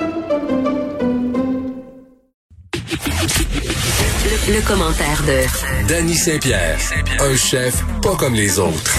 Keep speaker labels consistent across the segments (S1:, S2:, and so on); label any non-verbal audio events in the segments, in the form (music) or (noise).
S1: Le, le commentaire de
S2: Danny Saint-Pierre, un chef pas comme les autres.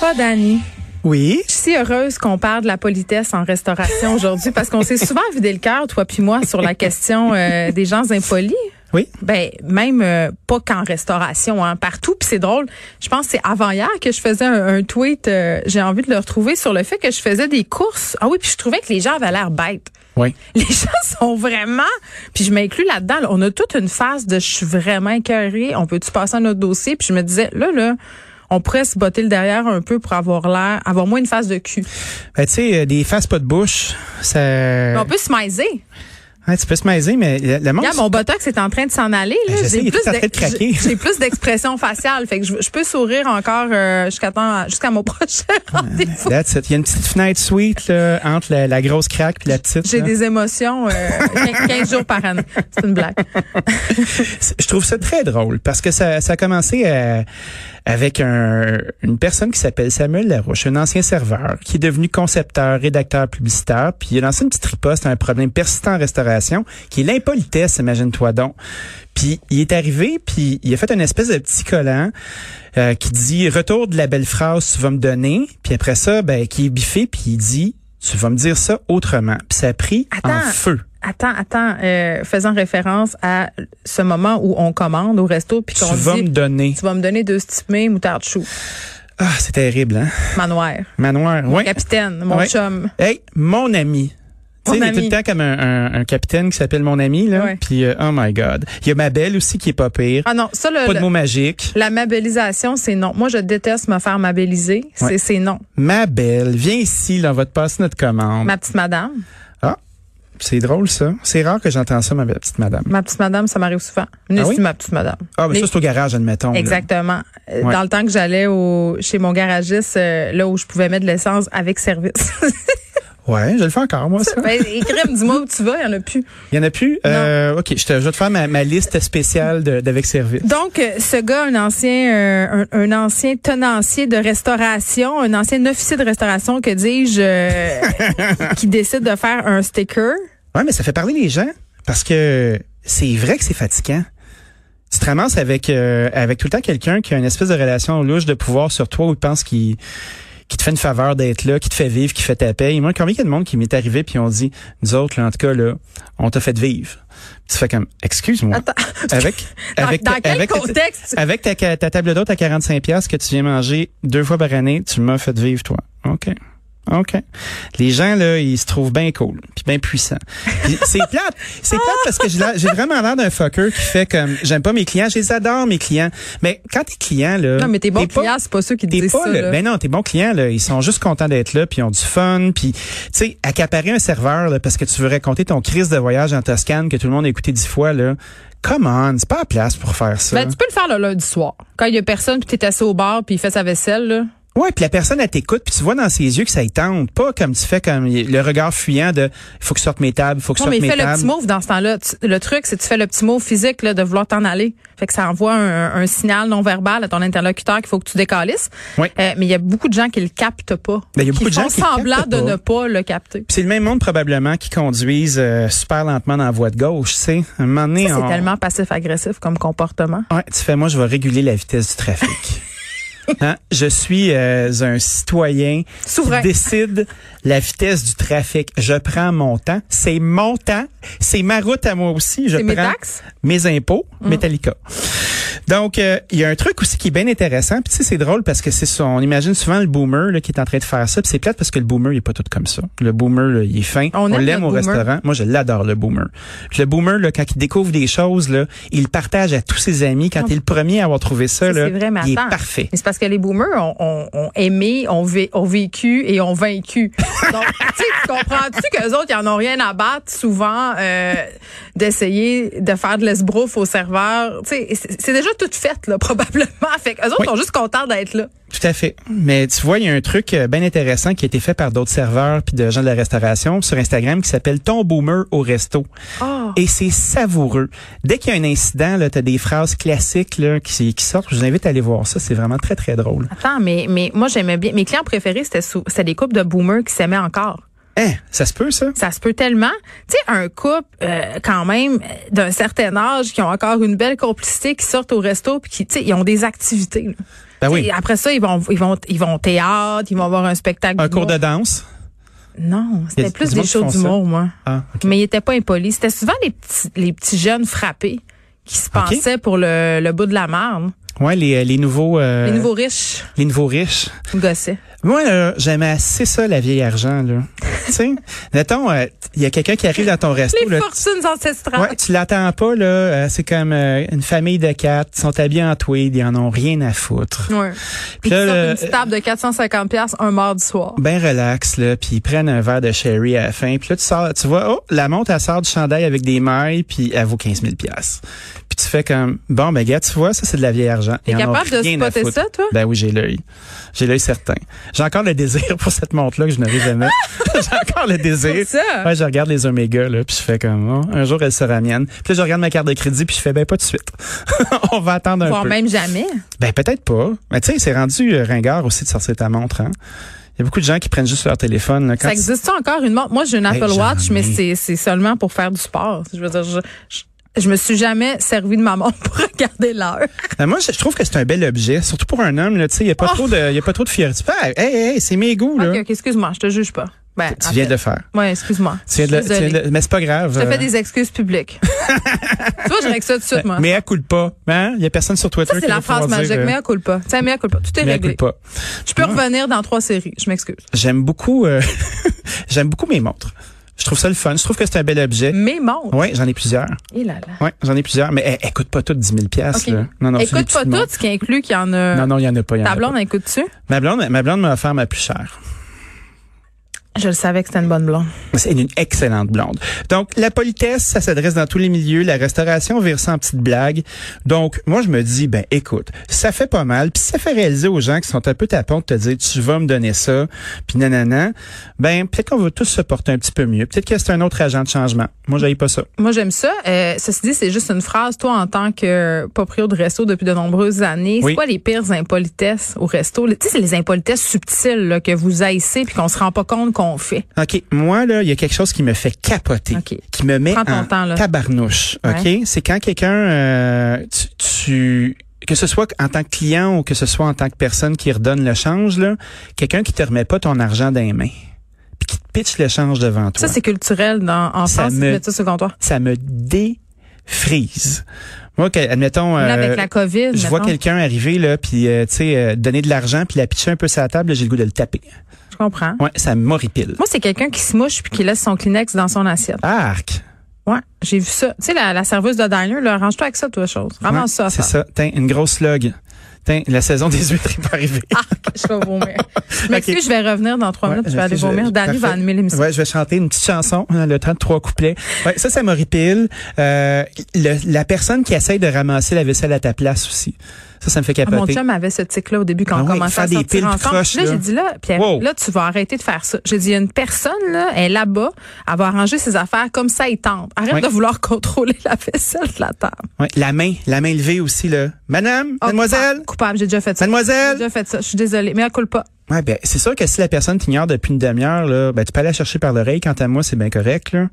S3: Pas Danny.
S4: Oui.
S3: Je suis si heureuse qu'on parle de la politesse en restauration aujourd'hui parce qu'on s'est souvent vidé le cœur, toi puis moi, sur la question euh, des gens impolis.
S4: Oui.
S3: Ben même euh, pas qu'en restauration, hein, partout. Puis c'est drôle. Je pense que c'est avant hier que je faisais un, un tweet. euh, J'ai envie de le retrouver sur le fait que je faisais des courses. Ah oui, puis je trouvais que les gens avaient l'air bêtes.
S4: Oui.
S3: (laughs) Les gens sont vraiment. Puis je m'inclus là-dedans. là, on a toute une phase de je suis vraiment écœurée. On peut-tu passer à notre dossier Puis je me disais là là. On pourrait se botter le derrière un peu pour avoir l'air, avoir moins une phase de cul.
S4: Ben, tu sais, euh, des faces pas de bouche, ça.
S3: Mais on peut se maiser.
S4: Ouais, tu peux se maiser, mais le, le monde.
S3: Regarde, mon botox est en train de s'en aller. là.
S4: Ben, je sais,
S3: J'ai
S4: il est
S3: plus
S4: tout en train de
S3: d'ex-
S4: craquer.
S3: j'ai- j'ai plus d'expression faciale. Fait que je, je peux sourire encore euh, jusqu'à temps- jusqu'à mon (laughs) prochain rendez-vous.
S4: That's it. Il y a une petite fenêtre sweet là, entre la, la grosse craque puis la petite.
S3: J'ai
S4: là.
S3: des émotions euh, 15 jours par année. C'est une blague.
S4: C'est- Je trouve ça très drôle parce que ça, ça a commencé euh, avec un- une personne qui s'appelle Samuel Larouche, un ancien serveur qui est devenu concepteur, rédacteur, publicitaire, puis il a lancé une petite riposte à un problème persistant en restauration qui est l'impolitesse, imagine-toi donc. Puis il est arrivé, puis il a fait une espèce de petit collant euh, qui dit retour de la belle phrase tu vas me donner, puis après ça ben qui est biffé puis il dit tu vas me dire ça autrement. Puis ça a pris
S3: Attends.
S4: en feu.
S3: Attends, attends. euh, faisant référence à ce moment où on commande au resto puis
S4: Tu
S3: qu'on
S4: vas
S3: dit
S4: me donner.
S3: tu vas me donner deux stimés moutarde chou
S4: Ah, c'est terrible hein.
S3: manoir
S4: Manoir. Ouais.
S3: capitaine mon
S4: Ouais.
S3: chum.
S4: Hey, mon ami. Tu
S3: Mon
S4: sais, il est tout
S3: ami.
S4: le temps comme un, un- un capitaine qui s'appelle mon ami, là.
S3: Ouais.
S4: Puis, euh, oh my God. Il y a ma belle aussi qui est pas pire.
S3: Ah non ça le,
S4: pas de
S3: le-
S4: mots magiques.
S3: la mabellisation c'est non. Moi je déteste me faire mabelliser. C'est
S4: Ouais.
S3: c'est non.
S4: Ma belle, viens ici, là, on va te passer notre commande.
S3: Ma petite madame.
S4: Ah, c'est drôle, ça. C'est rare que j'entends ça, ma belle petite madame.
S3: Ma petite madame, ça m'arrive souvent. Venez
S4: Ah oui?
S3: ici, ma petite madame.
S4: Ah, mais
S3: Mais-
S4: ça, c'est au garage, admettons. là.
S3: Exactement. Euh,
S4: Ouais.
S3: Dans le temps que j'allais au chez mon garagiste, euh, là où je pouvais mettre de l'essence avec service. (laughs)
S4: Ouais, je le fais encore, moi, ça.
S3: ben, écrime, dis-moi où tu vas, il n'y en a plus.
S4: Il y en a plus? Euh, OK, je, te, je vais te faire ma, ma liste spéciale de- d'avec service.
S3: Donc, euh, ce gars, un ancien, euh, un, un ancien tenancier de restauration, un ancien officier de restauration, que dis-je, euh,
S4: (laughs)
S3: qui décide de faire un sticker.
S4: Ouais, mais ça fait parler les gens parce que c'est vrai que c'est fatigant. Tu te ramasses avec euh, avec tout le temps quelqu'un qui a une espèce de relation louche de pouvoir sur toi où il pense qu'il qui te fait une faveur d'être là, qui te fait vivre, qui fait ta paix. Et moi, combien il y a de monde qui m'est arrivé puis on dit, nous autres, là, en tout cas, là, on t'a fait vivre. Tu fais comme, excuse-moi. Avec,
S3: (laughs) Dans,
S4: avec,
S3: dans quel
S4: avec, Euh,
S3: contexte?
S4: (laughs) avec ta, ca- ta table d'hôte à 45 pièces que tu viens manger deux fois par année, tu m'as fait vivre toi. OK. OK. Les gens là, ils se trouvent bien cool, puis bien puissants. Puis C'est plate, c'est plate parce que j'ai l'air- j'ai vraiment l'air d'un fucker qui fait comme j'aime pas mes clients, je les adore mes clients. Mais quand t'es client là,
S3: Non, mais tes bons
S4: pas-
S3: clients, c'est pas ceux qui te
S4: T'es
S3: disent
S4: pas
S3: ça.
S4: le-
S3: là.
S4: ben non, tes bons clients là, ils sont juste contents d'être là, puis ils ont du fun, puis tu sais, accaparer un serveur là, parce que tu veux raconter ton crise de voyage en Toscane que tout le monde a écouté dix fois là. Come on, c'est pas la place pour faire ça.
S3: Ben, tu peux le faire le lundi soir. Quand il y a personne, puis t'es assis au bar, puis il fait sa vaisselle, là.
S4: Ouais, puis la personne elle t'écoute, puis tu vois dans ses yeux que ça y tente, pas comme tu fais comme le regard fuyant de faut que je sorte mes tables, faut que je
S3: Non,
S4: sorte
S3: mais il
S4: mes
S3: fait le
S4: tables.
S3: petit move dans ce temps-là. Tu- Le truc, c'est que tu fais le petit move physique là, de vouloir t'en aller. Fait que ça envoie un, un signal non-verbal à ton interlocuteur qu'il faut que tu décalisses.
S4: Oui.
S3: Euh, mais il y a beaucoup de gens qui le captent pas.
S4: Ben, il y a beaucoup
S3: qui
S4: de
S3: font
S4: gens qui le
S3: semblant
S4: captent
S3: de
S4: pas.
S3: ne pas le capter.
S4: Puis c'est le même monde probablement qui conduisent euh, super lentement dans la voie de gauche, tu sais. Un moment donné,
S3: Ça, C'est
S4: on-
S3: tellement passif-agressif comme comportement.
S4: Ouais, tu fais, moi, je vais réguler la vitesse du
S3: (laughs)
S4: trafic. Hein? Je suis euh, un citoyen
S3: Souverain.
S4: qui décide la vitesse du trafic. Je prends mon temps. C'est mon temps. C'est ma route à moi aussi. Je
S3: C'est Mm.
S4: prends
S3: mes taxes?
S4: mes impôts, Metallica. Donc, euh, il y a un truc aussi qui est bien intéressant. Puis tu sais, c'est drôle parce que c'est ça, on imagine souvent le boomer là, qui est en train de faire ça. Puis c'est plate parce que le boomer, il est pas tout comme ça. Le boomer, là, il est fin.
S3: On
S4: On,
S3: aime
S4: l'aime
S3: notre
S4: au
S3: boomer.
S4: restaurant. Moi, je l'adore, le boomer. Puis le boomer, là, quand il découvre des choses, là, il le partage à tous ses amis. Quand il est le premier à avoir trouvé ça,
S3: Ça,
S4: là,
S3: c'est vrai, mais
S4: il est
S3: attends.
S4: parfait.
S3: Mais c'est parce que les boomers ont, ont- ont aimé, ont, vé- ont vécu et ont
S4: (laughs)
S3: vaincu. Donc, tu sais, tu comprends-tu qu'eux autres, ils en ont rien à battre souvent euh, d'essayer de faire de l'esbrouf au serveur. Tu sais, c'est c'est déjà toute faite, là, probablement. Fait qu'eux autres
S4: Oui.
S3: sont juste contents d'être là.
S4: Tout à fait. Mais tu vois, il y a un truc euh, bien intéressant qui a été fait par d'autres serveurs puis de gens de la restauration sur Instagram qui s'appelle Ton Boomer au resto.
S3: Ah.
S4: Et c'est savoureux. Dès qu'il y a un incident, tu as des phrases classiques là, qui, qui sortent. Je vous invite à aller voir ça. C'est vraiment très, très drôle.
S3: Attends, mais, mais moi, j'aimais bien. Mes clients préférés, c'était sous- c'était des couples de boomers qui s'aimaient encore.
S4: Hein, ça se peut, ça?
S3: Ça se peut tellement. Tu sais, un couple, euh, quand même, euh, d'un certain âge, qui ont encore une belle complicité, qui sortent au resto, puis qui, tu sais, ils ont des activités. là.
S4: Ben
S3: Tu sais,
S4: oui.
S3: Après ça, ils vont, ils vont, ils vont au théâtre, ils vont voir un spectacle.
S4: Un cours de
S3: d'humour.
S4: danse.
S3: Non,
S4: Il y
S3: c'était
S4: a du
S3: plus
S4: monde
S3: des
S4: qui
S3: shows
S4: font ça.
S3: d'humour, moi.
S4: Ah, OK.
S3: Mais ils étaient pas impolis. C'était souvent les petits, les petits jeunes frappés qui se
S4: OK.
S3: pensaient pour le, le bout de la marne.
S4: Ouais, les, les nouveaux... euh,
S3: Les nouveaux riches
S4: les nouveaux riches.
S3: gossaient.
S4: Moi, là, j'aimais assez ça, la vieille argent, là. (laughs) tu sais, mettons, euh, il y a quelqu'un qui arrive dans ton resto,
S3: Les
S4: là,
S3: fortunes ancestrales.
S4: Ouais, tu l'attends pas, là. euh, c'est comme euh, une famille de quatre. Ils sont habillés en tweed. Ils en ont rien à foutre.
S3: Ouais. Puis
S4: Puis là,
S3: ils sortent
S4: le-
S3: une petite table de 450 pièces un mardi soir.
S4: Ben relax, là. Puis ils prennent un verre de sherry à la fin. Puis là, tu sors, tu vois, oh, la montre, elle sort du chandail avec des mailles. Puis elle vaut 15 000 piastres. Puis tu fais comme, bon, ben, gars, tu vois, ça, c'est de la vieille argent.
S3: T'es
S4: Ils en ont
S3: capable de
S4: rien à
S3: spotter
S4: foutre.
S3: ça, toi?
S4: Ben oui, j'ai l'œil. J'ai l'œil certain. J'ai encore le désir pour cette montre-là que je
S3: (laughs)
S4: n'avais jamais. (laughs) j'ai encore le désir.
S3: C'est ça.
S4: Ouais, je regarde les Oméga, là, puis je fais comme, oh, un jour, elle sera mienne. Puis là, je regarde ma carte de crédit, puis je fais, ben, pas de suite. (laughs) On va attendre un
S3: Voire
S4: peu.
S3: même jamais.
S4: Ben, peut-être pas. Mais tu sais, c'est rendu euh, ringard aussi de sortir ta montre, hein. Il y a beaucoup de gens qui prennent juste leur téléphone, là. Quand
S3: Ça existe encore une montre? Moi, j'ai une
S4: Hey,
S3: Apple
S4: j'en
S3: Watch, mais
S4: ai.
S3: c'est c'est seulement pour faire du sport. Je veux dire, je, je, je me suis jamais servi de ma montre (laughs) pour regarder l'heure.
S4: Ben, moi, je je trouve que c'est un bel objet, surtout pour un homme, là. Tu sais, il y a pas
S3: Oh.
S4: trop de, il y a pas trop de fierté. Ben, hey, hey, c'est mes goûts, là.
S3: Ok, ok, excuse-moi, je te juge pas. Ben,
S4: Tu viens de le faire.
S3: Ouais, excuse-moi.
S4: Tu viens de le-
S3: Je
S4: tu
S3: suis
S4: viens de
S3: désolée.
S4: le- mais c'est pas grave.
S3: Je te
S4: euh,
S3: fais des excuses
S4: (laughs)
S3: publiques. tu vois, je règle ça tout de suite, moi.
S4: Mais elle coule pas. Hein? Il y a personne sur Twitter
S3: ça, c'est
S4: qui
S3: la
S4: va
S3: phrase
S4: pouvoir
S3: magique.
S4: dire, euh,
S3: mais à culpa. Tu sais, mais à culpa. Tout est
S4: mea
S3: réglé.
S4: culpa.
S3: Je peux
S4: Ouais.
S3: revenir dans trois séries. Je m'excuse.
S4: J'aime beaucoup, euh, (laughs) j'aime beaucoup mes montres. Je trouve ça le fun. Je trouve que c'est un bel objet.
S3: Mais montres.
S4: Ouais, j'en ai plusieurs.
S3: Et là, là.
S4: Ouais, j'en ai plusieurs. Mais elles, elles coûtent pas toutes 10 000 piastres,
S3: Ok.
S4: là. Non, non, c'est des
S3: Écoute pas
S4: petites montres.
S3: tout, ce qui inclut qu'il y en a.
S4: Non, non, il y en a pas. il Y en
S3: Euh, Ta
S4: a
S3: blonde,
S4: pas.
S3: écoute-tu?
S4: Ma blonde, ma blonde m'a offert ma plus chère.
S3: Je le savais que c'était une bonne blonde.
S4: C'est une excellente blonde. Donc, la politesse, ça s'adresse dans tous les milieux. La restauration vire ça en petites blagues. Donc, moi, je me dis, ben, écoute, ça fait pas mal. Puis, ça fait réaliser aux gens qui sont un peu tapons de te dire, tu vas me donner ça. Puis, nanana. Ben, peut-être qu'on va tous se porter un petit peu mieux. Peut-être que c'est un autre agent de changement. Moi, j'avais pas ça.
S3: Moi, j'aime ça. Euh, ceci dit, c'est juste une phrase. Toi, en tant que proprio de resto depuis de nombreuses années, c'est
S4: Oui.
S3: quoi les pires impolitesses au resto? Tu sais, c'est les impolitesses subtiles là, que vous haïssez puis qu'on se rend pas compte qu'on fait.
S4: OK. Moi, là, il y a quelque chose qui me fait capoter.
S3: OK.
S4: Qui me met
S3: Prends ton
S4: en
S3: temps, là.
S4: tabarnouche. OK?
S3: Ouais.
S4: C'est quand quelqu'un, euh, tu, tu- que ce soit en tant que client ou que ce soit en tant que personne qui redonne le change, là, quelqu'un qui te remet pas ton argent dans les mains. Puis qui te pitche le change devant
S3: Ça,
S4: toi.
S3: c'est culturel dans, en
S4: Ça
S3: France. ils
S4: me-
S3: mettent ça sur le comptoir.
S4: Ça me défrise. Moi, que- admettons,
S3: Là,
S4: euh,
S3: avec la COVID,
S4: je vois
S3: mettons,
S4: quelqu'un arriver, là, puis, euh, tu sais, euh, donner de l'argent, puis la pitcher un peu sur la table, là, j'ai le goût de le taper.
S3: je comprends.
S4: Ouais, ça m'horripile.
S3: Moi, c'est quelqu'un qui se mouche puis qui laisse son Kleenex dans son assiette.
S4: Arc!
S3: Ouais, j'ai vu ça. Tu sais, la, la serveuse de diner, là, arrange-toi avec ça, toi, chose. Vraiment
S4: Ouais,
S3: ça.
S4: C'est
S3: ça.
S4: ça. Tiens, une grosse log. Tiens, la saison des huîtres est pas arrivée.
S3: Je vais
S4: (laughs)
S3: vomir. Je m'excuse,
S4: Ok.
S3: je vais revenir dans trois
S4: Ouais,
S3: minutes. Je vais
S4: je-
S3: aller
S4: je-
S3: vomir.
S4: je-
S3: Dani va
S4: parfait.
S3: animer l'émission.
S4: Ouais, je vais chanter une petite chanson, hein, le temps de trois couplets. Ouais, ça, ça m'horripile. Euh, le- la personne qui essaye de ramasser la vaisselle à ta place aussi. Ça, ça me fait
S3: Ah, Mon
S4: capoter.
S3: chum avait ce tic-là au début quand
S4: Ah
S3: on
S4: oui,
S3: commençait
S4: faire
S3: à
S4: des
S3: sortir
S4: piles
S3: ensemble.
S4: croches,
S3: là,
S4: là.
S3: j'ai dit là, Pierre,
S4: Wow.
S3: là, tu vas arrêter de faire ça. J'ai dit, il y a une personne, là, elle est là-bas, elle va arranger ses affaires comme ça, il tente. Arrête
S4: Oui.
S3: de vouloir contrôler la vaisselle de la table.
S4: Ouais, la main, la main levée aussi, là. Madame,
S3: Ah,
S4: (laughs) mademoiselle.
S3: Coupable, coupable, j'ai déjà fait ça. J'ai
S4: Mademoiselle!
S3: déjà fait ça. Je suis désolée, mais elle coule pas.
S4: Ouais, ben, c'est sûr que si la personne t'ignore depuis une demi-heure, là, ben, tu peux aller la chercher par l'oreille. Quant à moi, c'est bien correct, là.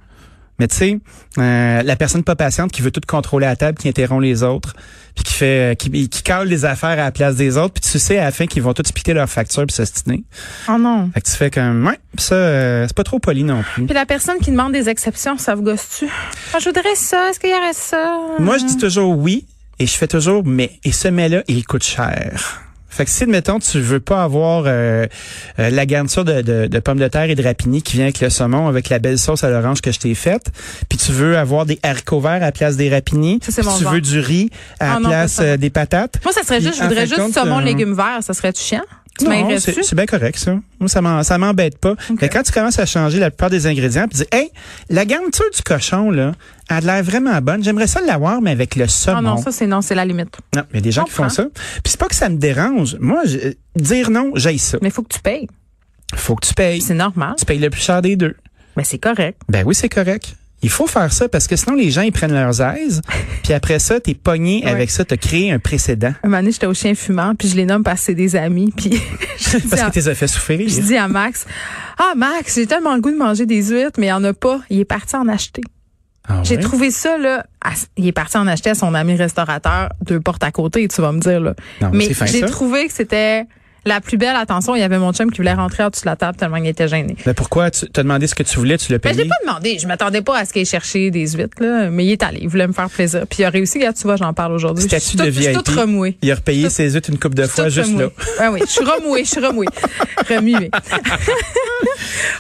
S4: Mais tu sais, euh, la personne pas patiente qui veut tout contrôler à la table, qui interrompt les autres, puis qui fait, euh, qui, qui cale les affaires à la place des autres, puis tu sais à la fin qu'ils vont tous piquer leurs factures puis s'ostiner.
S3: Oh non.
S4: Fait que tu fais comme, ouais, pis ça, euh, c'est pas trop poli non plus.
S3: Puis la personne qui demande des exceptions, ça vous gosse-tu? Ah, je voudrais ça, est-ce qu'il y aurait ça?
S4: Moi, je dis toujours oui, Et je fais toujours mais. Et ce mais-là, il coûte cher. Fait que si, admettons, tu veux pas avoir euh, euh, la garniture de, de, de pommes de terre et de rapini qui vient avec le saumon, avec la belle sauce à l'orange que je t'ai faite, puis tu veux avoir des haricots verts à la place des rapinis,
S3: Ça, c'est
S4: puis
S3: mon
S4: tu
S3: genre.
S4: veux du riz
S3: Ah
S4: à la
S3: non,
S4: place
S3: pas ça.
S4: euh, des patates.
S3: Moi, ça serait
S4: Puis,
S3: juste, je
S4: en fin
S3: voudrais
S4: de
S3: juste
S4: compte,
S3: saumon,
S4: euh,
S3: légumes verts. Ça serait-tu chiant? Tu
S4: Non,
S3: m'irais
S4: c'est
S3: dessus?
S4: c'est bien correct, ça. Moi, ça m'en- ça m'embête pas. Mais quand tu commences à changer la plupart des ingrédients, puis tu dis, hey, la garniture du cochon, là, elle a l'air vraiment bonne. J'aimerais ça l'avoir, mais avec le saumon.
S3: Ah non, ça, c'est non, c'est la limite.
S4: Non, mais il y a des gens qui font
S3: Comprends.
S4: ça. Puis c'est pas que ça me dérange. Moi, je- dire non, j'aille ça.
S3: Mais il faut que tu payes.
S4: Faut que tu payes.
S3: C'est normal.
S4: Tu payes le plus cher des deux.
S3: Mais c'est correct.
S4: Ben oui, c'est correct. Il faut faire ça parce que sinon les gens ils prennent leurs
S3: (laughs)
S4: aises, puis après ça t'es pogné
S3: Ouais.
S4: avec ça, t'as créé un précédent
S3: Un moment donné, j'étais au chien fumant, puis je les nomme parce que c'est des amis, puis (laughs)
S4: (laughs)
S3: je dis
S4: parce
S3: à-
S4: que t'es fait souffrir.
S3: je dis à Max, ah Max, j'ai tellement le goût de manger des huîtres, mais il n'y en a pas. Il est parti en acheter.
S4: Ah
S3: J'ai
S4: ouais?
S3: trouvé ça, là. à- il est parti en acheter à son ami restaurateur, deux portes à côté, tu vas me dire, là.
S4: Non, mais
S3: mais
S4: c'est fin,
S3: j'ai
S4: ça.
S3: trouvé que c'était la plus belle attention. Il y avait mon chum qui voulait rentrer en dessous de la table tellement il était gêné.
S4: Ben pourquoi tu t'as demandé ce que tu voulais, tu l'as
S3: Mais Ben, je l'ai
S4: payé.
S3: pas demandé. Je m'attendais pas à ce qu'il ait cherché des huîtres, là. Mais il est allé. Il voulait me faire plaisir. Puis il a réussi. Regarde, tu vois, j'en parle aujourd'hui. Je suis
S4: Statut
S3: tout-
S4: de
S3: je suis
S4: VIP.
S3: toute remouée.
S4: Il a repayé
S3: Tout-
S4: ses huîtres une coupe de
S3: Je suis
S4: fois
S3: toute
S4: juste
S3: remouée.
S4: là.
S3: Ah oui, je suis remouée, je suis
S4: (laughs)
S3: remouée. Remuée.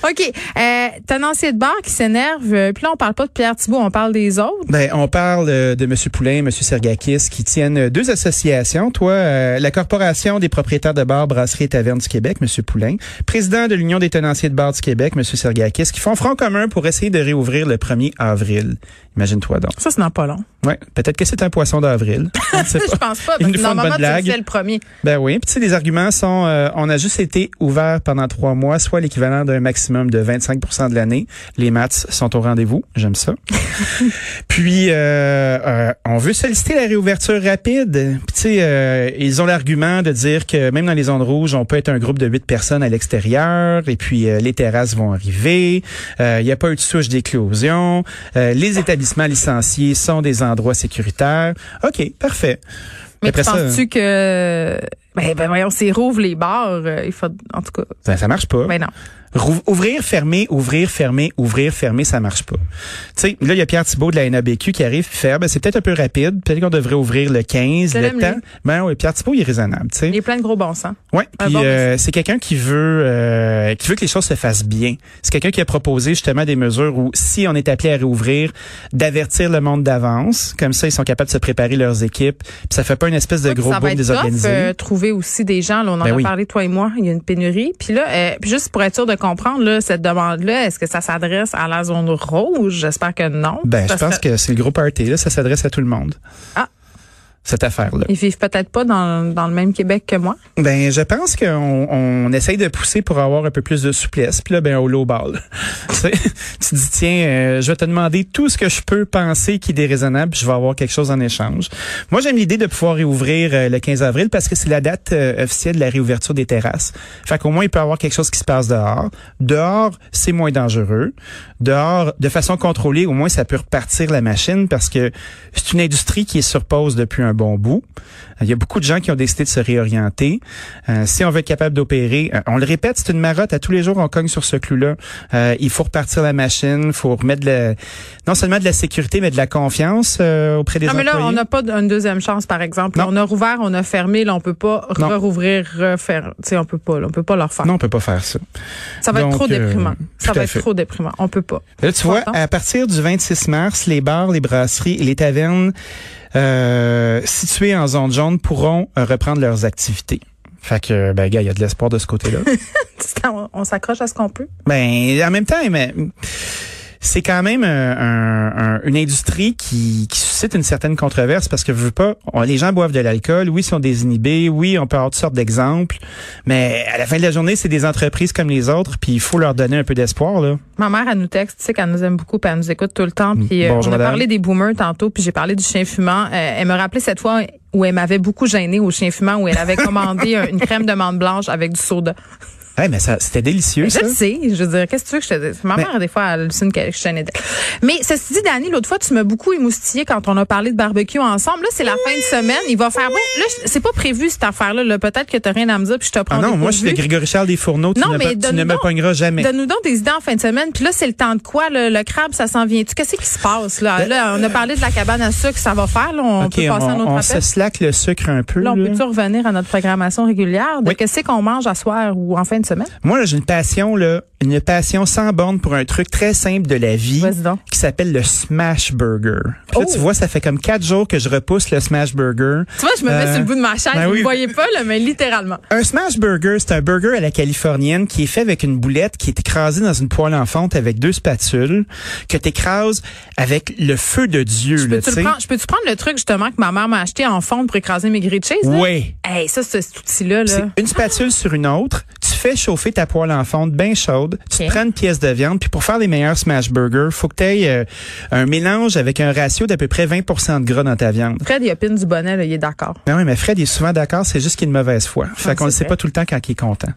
S3: OK. Euh, ton ancien de bar qui s'énerve. euh, Puis là, on parle pas de Pierre Thibault, on parle des autres.
S4: Ben, on parle euh, de M. Poulain, M. Sergakis, qui tiennent euh, deux associations. Toi, euh, la Corporation des propriétaires de bars, brasseries et tavernes du Québec, M. Poulain. Président de l'Union des tenanciers de bars du Québec, M. Sergakis, qui font front commun pour essayer de réouvrir le 1er avril. Imagine-toi donc.
S3: Ça, c'est non pas long.
S4: Ouais, peut-être que c'est un poisson d'avril. On ne
S3: (laughs)
S4: sait
S3: Je
S4: pas.
S3: pense pas.
S4: Ils
S3: Parce
S4: nous
S3: que
S4: font une bonne
S3: normalement, tu le
S4: blague.
S3: disais le premier.
S4: Ben oui. Puis tu sais, les arguments sont, euh, on a juste été ouvert pendant trois mois, soit l'équivalent d'un maximum de 25 de l'année. Les maths sont au rendez-vous. J'aime ça. Puis, euh, euh, on veut solliciter la réouverture rapide. Puis tu sais, euh, ils ont l'argument de dire que même dans les zones rouges, on peut être un groupe de huit personnes à l'extérieur. Et puis, euh, les terrasses vont arriver. Euh, Il n'y a pas eu de souche d'éclosion. Euh, les établissements licenciés sont des endroits sécuritaires. OK, parfait.
S3: Mais
S4: Après
S3: tu
S4: ça- hein.
S3: penses-tu que. Ben, ben voyons, s'ils rouvrent les bars, euh, il faut. En tout cas.
S4: Ça, ça marche pas.
S3: Ben non.
S4: Rou- Ouvrir, fermer, ouvrir, fermer, ouvrir, fermer, ça marche pas. Tu sais, là, il y a Pierre Thibault de la NABQ qui arrive puis fait, ben, c'est peut-être un peu rapide, peut-être qu'on devrait ouvrir le 15,
S3: Je
S4: le
S3: l'aime,
S4: temps.
S3: lui.
S4: Ben oui, Pierre Thibault, il est raisonnable, tu sais.
S3: Il y a plein de gros bons sens.
S4: Ouais,
S3: Un
S4: puis
S3: bon
S4: euh, c'est quelqu'un qui veut euh, qui veut que les choses se fassent bien. C'est quelqu'un qui a proposé justement des mesures où si on est appelé à réouvrir, d'avertir le monde d'avance, comme ça ils sont capables de se préparer leurs équipes, puis ça fait pas une espèce de
S3: Puis
S4: gros
S3: ça va
S4: boom
S3: être tough,
S4: désorganisé.
S3: euh, trouver aussi des gens. Là, on en
S4: Ben
S3: a
S4: oui.
S3: parlé, toi et moi. Il y a une pénurie. Puis là, euh, puis juste pour être sûr de comprendre, là, cette demande-là, est-ce que ça s'adresse à la zone rouge? J'espère que non.
S4: ben, je
S3: Parce
S4: pense que c'est le gros party là, ça s'adresse à tout le monde.
S3: Ah.
S4: Cette affaire là.
S3: Ils vivent peut-être pas dans, dans le même Québec que moi.
S4: Ben, je pense qu'on on essaye de pousser pour avoir un peu plus de souplesse. Puis là, ben, au low ball. (laughs) tu sais, tu dis, tiens, euh, je vais te demander tout ce que je peux penser qui est déraisonnable, puis je vais avoir quelque chose en échange. Moi, j'aime l'idée de pouvoir réouvrir euh, le 15 avril parce que c'est la date euh, officielle de la réouverture des terrasses. Fait qu'au moins, il peut y avoir quelque chose qui se passe dehors. Dehors, c'est moins dangereux. Dehors, de façon contrôlée, au moins, ça peut repartir la machine parce que c'est une industrie qui est sur pause depuis un bon bout. Euh, Il y a beaucoup de gens qui ont décidé de se réorienter. Euh, si on veut être capable d'opérer, euh, on le répète, c'est une marotte. À tous les jours, on cogne sur ce clou-là. Euh, il faut repartir la machine, il faut remettre de la- non seulement de la sécurité, mais de la confiance euh, auprès des
S3: non, mais
S4: employés.
S3: là, on n'a pas d- une deuxième chance, par exemple.
S4: Non.
S3: On a rouvert, on a fermé. Là, on peut pas
S4: Non.
S3: rouvrir, refaire. Tu sais, on peut pas. là, on peut pas leur faire.
S4: Non, on peut pas faire ça.
S3: Ça va
S4: Donc,
S3: être trop
S4: euh,
S3: déprimant. Ça
S4: tout à
S3: va être
S4: fait.
S3: trop déprimant. On peut pas. (laughs)
S4: Là, tu vois,
S3: J'entends.
S4: à partir du 26 mars, les bars, les brasseries et les tavernes euh, situées en zone jaune pourront euh, reprendre leurs activités. Fait que, ben, gars, il y a de l'espoir de ce côté-là.
S3: On, on s'accroche à ce qu'on peut.
S4: Ben, en même temps, mais c'est quand même euh, un- un- une industrie qui, qui suscite une certaine controverse parce que je veux pas, on- les gens boivent de l'alcool, oui, ils sont désinhibés, oui, on peut avoir toutes sortes d'exemples, mais à la fin de la journée, c'est des entreprises comme les autres, puis il faut leur donner un peu d'espoir là.
S3: Ma mère, elle nous texte, tu sais qu'elle nous aime beaucoup, puis elle nous écoute tout le temps. Puis euh,
S4: Mm. Bonjour,
S3: on a
S4: madame.
S3: parlé des boomers tantôt, puis j'ai parlé du chien fumant. Euh, elle me rappelait cette fois
S4: (laughs)
S3: où elle m'avait beaucoup gênée au chien fumant, où elle avait commandé un- une crème de menthe blanche avec du soda.
S4: Hey, Eh, mais ça, c'était délicieux,
S3: Mais
S4: ça.
S3: Je le sais. Je veux dire, qu'est-ce que tu veux que je te dise? Ma
S4: Mais-
S3: mère, des fois, elle hallucine que je suis un adulte. Mais ceci dit, Dani, l'autre fois, tu m'as beaucoup émoustillé quand on a parlé de barbecue ensemble. Là, c'est la fin de semaine. Il va faire, ouais, là, je- c'est pas prévu, cette affaire-là. là. Peut-être que t'as rien à me dire puis je te prends
S4: Ah non,
S3: au
S4: moi, je suis le
S3: dépourvu.
S4: Grégory Charles des Fourneaux. Tu
S3: Non,
S4: ne,
S3: mais
S4: tu ne
S3: donne-nous
S4: me
S3: donc-
S4: pogneras jamais.
S3: Donne-nous donc des idées en fin de semaine. Puis là, c'est le temps de quoi? Le, le crabe, ça s'en vient-tu? Qu'est-ce qui se passe? Là? là, on a parlé de la cabane à sucre, ça va faire. Là, Ben, on
S4: OK,
S3: peut
S4: on,
S3: passer à un autre
S4: on se
S3: appel.
S4: slack le sucre un peu.
S3: Là, on
S4: là.
S3: peut-tu revenir à notre programmation régulière de
S4: Oui.
S3: qu'est-ce qu'on mange à soir ou en fin de semaine?
S4: Moi, là, j'ai une passion, là, une passion sans borne pour un truc très simple de la vie
S3: Vas-y donc.
S4: qui s'appelle le Smash Burger. Puis là,
S3: Oh!
S4: tu vois, ça fait comme quatre jours que je repousse le Smash Burger.
S3: Tu vois, je me mets
S4: Euh,
S3: sur le bout de ma chaise.
S4: ben
S3: vous
S4: oui.
S3: ne voyez pas, là, mais littéralement.
S4: Un smash burger, c'est un burger à la californienne qui est fait avec une boulette qui est écrasée dans une poêle en fonte avec deux spatules que t'écrases avec le feu de Dieu.
S3: Je
S4: là,
S3: peux-tu
S4: tu sais.
S3: le prendre- je peux-tu prendre le truc justement que ma mère m'a acheté en fonte pour écraser mes grilles de cheese? là?
S4: Oui.
S3: Hey, ça, c'est cet outil-là.
S4: C'est
S3: Là.
S4: une spatule sur une autre. Tu fais chauffer ta poêle en fonte bien chaude. Tu
S3: Ok.
S4: te prends une pièce de viande. Puis pour faire les meilleurs smash burgers, faut que tu aies un mélange avec un ratio d'à peu près 20 de gras dans ta viande.
S3: Fred, il opine du bonnet, là, il est d'accord.
S4: Non, oui, mais Fred il est souvent d'accord, c'est juste qu'il est de mauvaise foi. Fait
S3: Ah,
S4: qu'on ne
S3: c'est
S4: sait
S3: vrai.
S4: pas tout le temps quand il est content.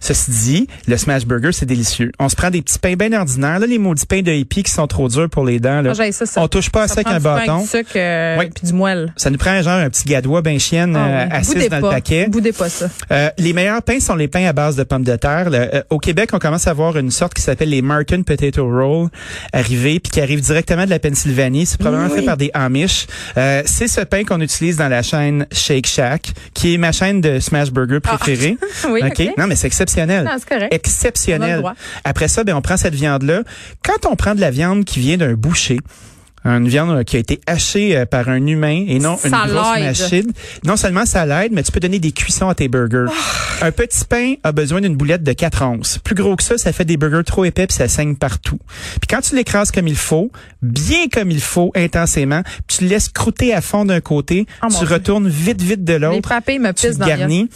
S4: Ceci dit, le smash burger, c'est délicieux. On se prend des petits pains bien ordinaires, là, les maudits pains de hippie qui sont trop durs pour les dents. Là.
S3: Ah, j'haïs ça, ça-
S4: On touche pas à ça avec
S3: prend
S4: un
S3: du pain,
S4: bâton.
S3: du sucre, euh,
S4: Oui.
S3: puis du moelle.
S4: Ça nous prend genre un petit gadois ben chienne euh, assise
S3: Boudez
S4: dans
S3: Ah pas.
S4: le paquet.
S3: Boudez pas ça.
S4: Euh, les meilleurs pains sont les pains à base de pommes de terre. Le- euh, au Québec, on commence à avoir une sorte qui s'appelle les Martin Potato Roll arrivés, puis qui arrivent directement de la Pennsylvanie. C'est probablement fait par des Amish. Euh, c'est ce pain qu'on utilise dans la chaîne Shake Shack, qui est ma chaîne de smash burger préférée.
S3: Ah. (laughs) Oui,
S4: OK?
S3: OK.
S4: Non, mais c'est exceptionnel.
S3: Non, c'est correct. On a le
S4: Exceptionnel.
S3: droit.
S4: Après ça, ben, on prend cette viande-là. Quand on prend de la viande qui vient d'un boucher, une viande euh, qui a été hachée euh, par un humain et non
S3: Ça
S4: une grosse
S3: l'aide.
S4: machine. Non seulement ça l'aide, mais tu peux donner des cuissons à tes burgers. Un petit pain a besoin d'une boulette de 4 onces. Plus gros que ça, ça fait des burgers trop épais puis ça saigne partout. Puis quand tu l'écrases comme il faut, bien comme il faut, intensément, puis tu le laisses croûter à fond d'un côté,
S3: Oh, mon
S4: tu
S3: Dieu.
S4: retournes vite, vite de
S3: Les
S4: l'autre
S3: papilles me
S4: tu
S3: pissent
S4: te
S3: dans le
S4: garnis.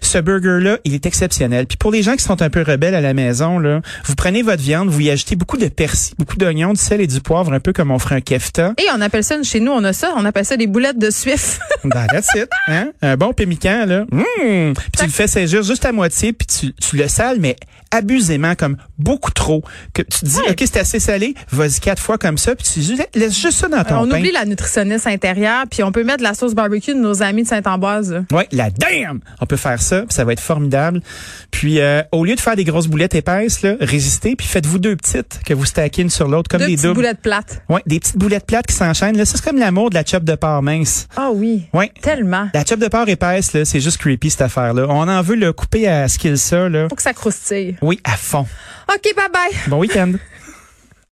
S4: Ce burger-là, il est exceptionnel. Puis pour les gens qui sont un peu rebelles à la maison, là, vous prenez votre viande, vous y ajoutez beaucoup de persil, beaucoup d'oignons, du sel et du poivre, un peu comme on ferait un kefta.
S3: Et on appelle ça, une- chez nous, on a ça, on appelle ça des boulettes de suif.
S4: Ben, that's it. Hein? Un bon pémican, là.
S3: Mmh.
S4: Mm! Puis tu le fais saisir juste à moitié, puis tu, tu le sales, mais abusément, comme beaucoup trop. Que tu te dis, OK, c'est assez salé, vas-y quatre fois comme ça, puis tu ju- laisses juste ça dans (laughs) ton
S3: on
S4: pain.
S3: oublie la nutritionniste intérieure, puis on peut mettre de la sauce barbecue de nos amis de Saint-Ambroise. là.
S4: Ouais, la damn! On peut faire ça, puis ça va être formidable. Puis euh, au lieu de faire des grosses boulettes épaisses, là, résistez, puis faites-vous deux petites que vous stackez une sur l'autre comme
S3: Deux
S4: des
S3: petites
S4: doubles.
S3: boulettes plates.
S4: Ouais, des petites boulettes plates qui s'enchaînent. Là, ça c'est comme l'amour de la chop de porc mince.
S3: Ah oui.
S4: Ouais.
S3: Tellement.
S4: La chop de porc épaisse, là, c'est juste creepy cette affaire-là. On en veut le couper à ce qu'il ça, là.
S3: Faut que ça croustille.
S4: Oui, à fond.
S3: OK, bye bye.
S4: Bon week-end.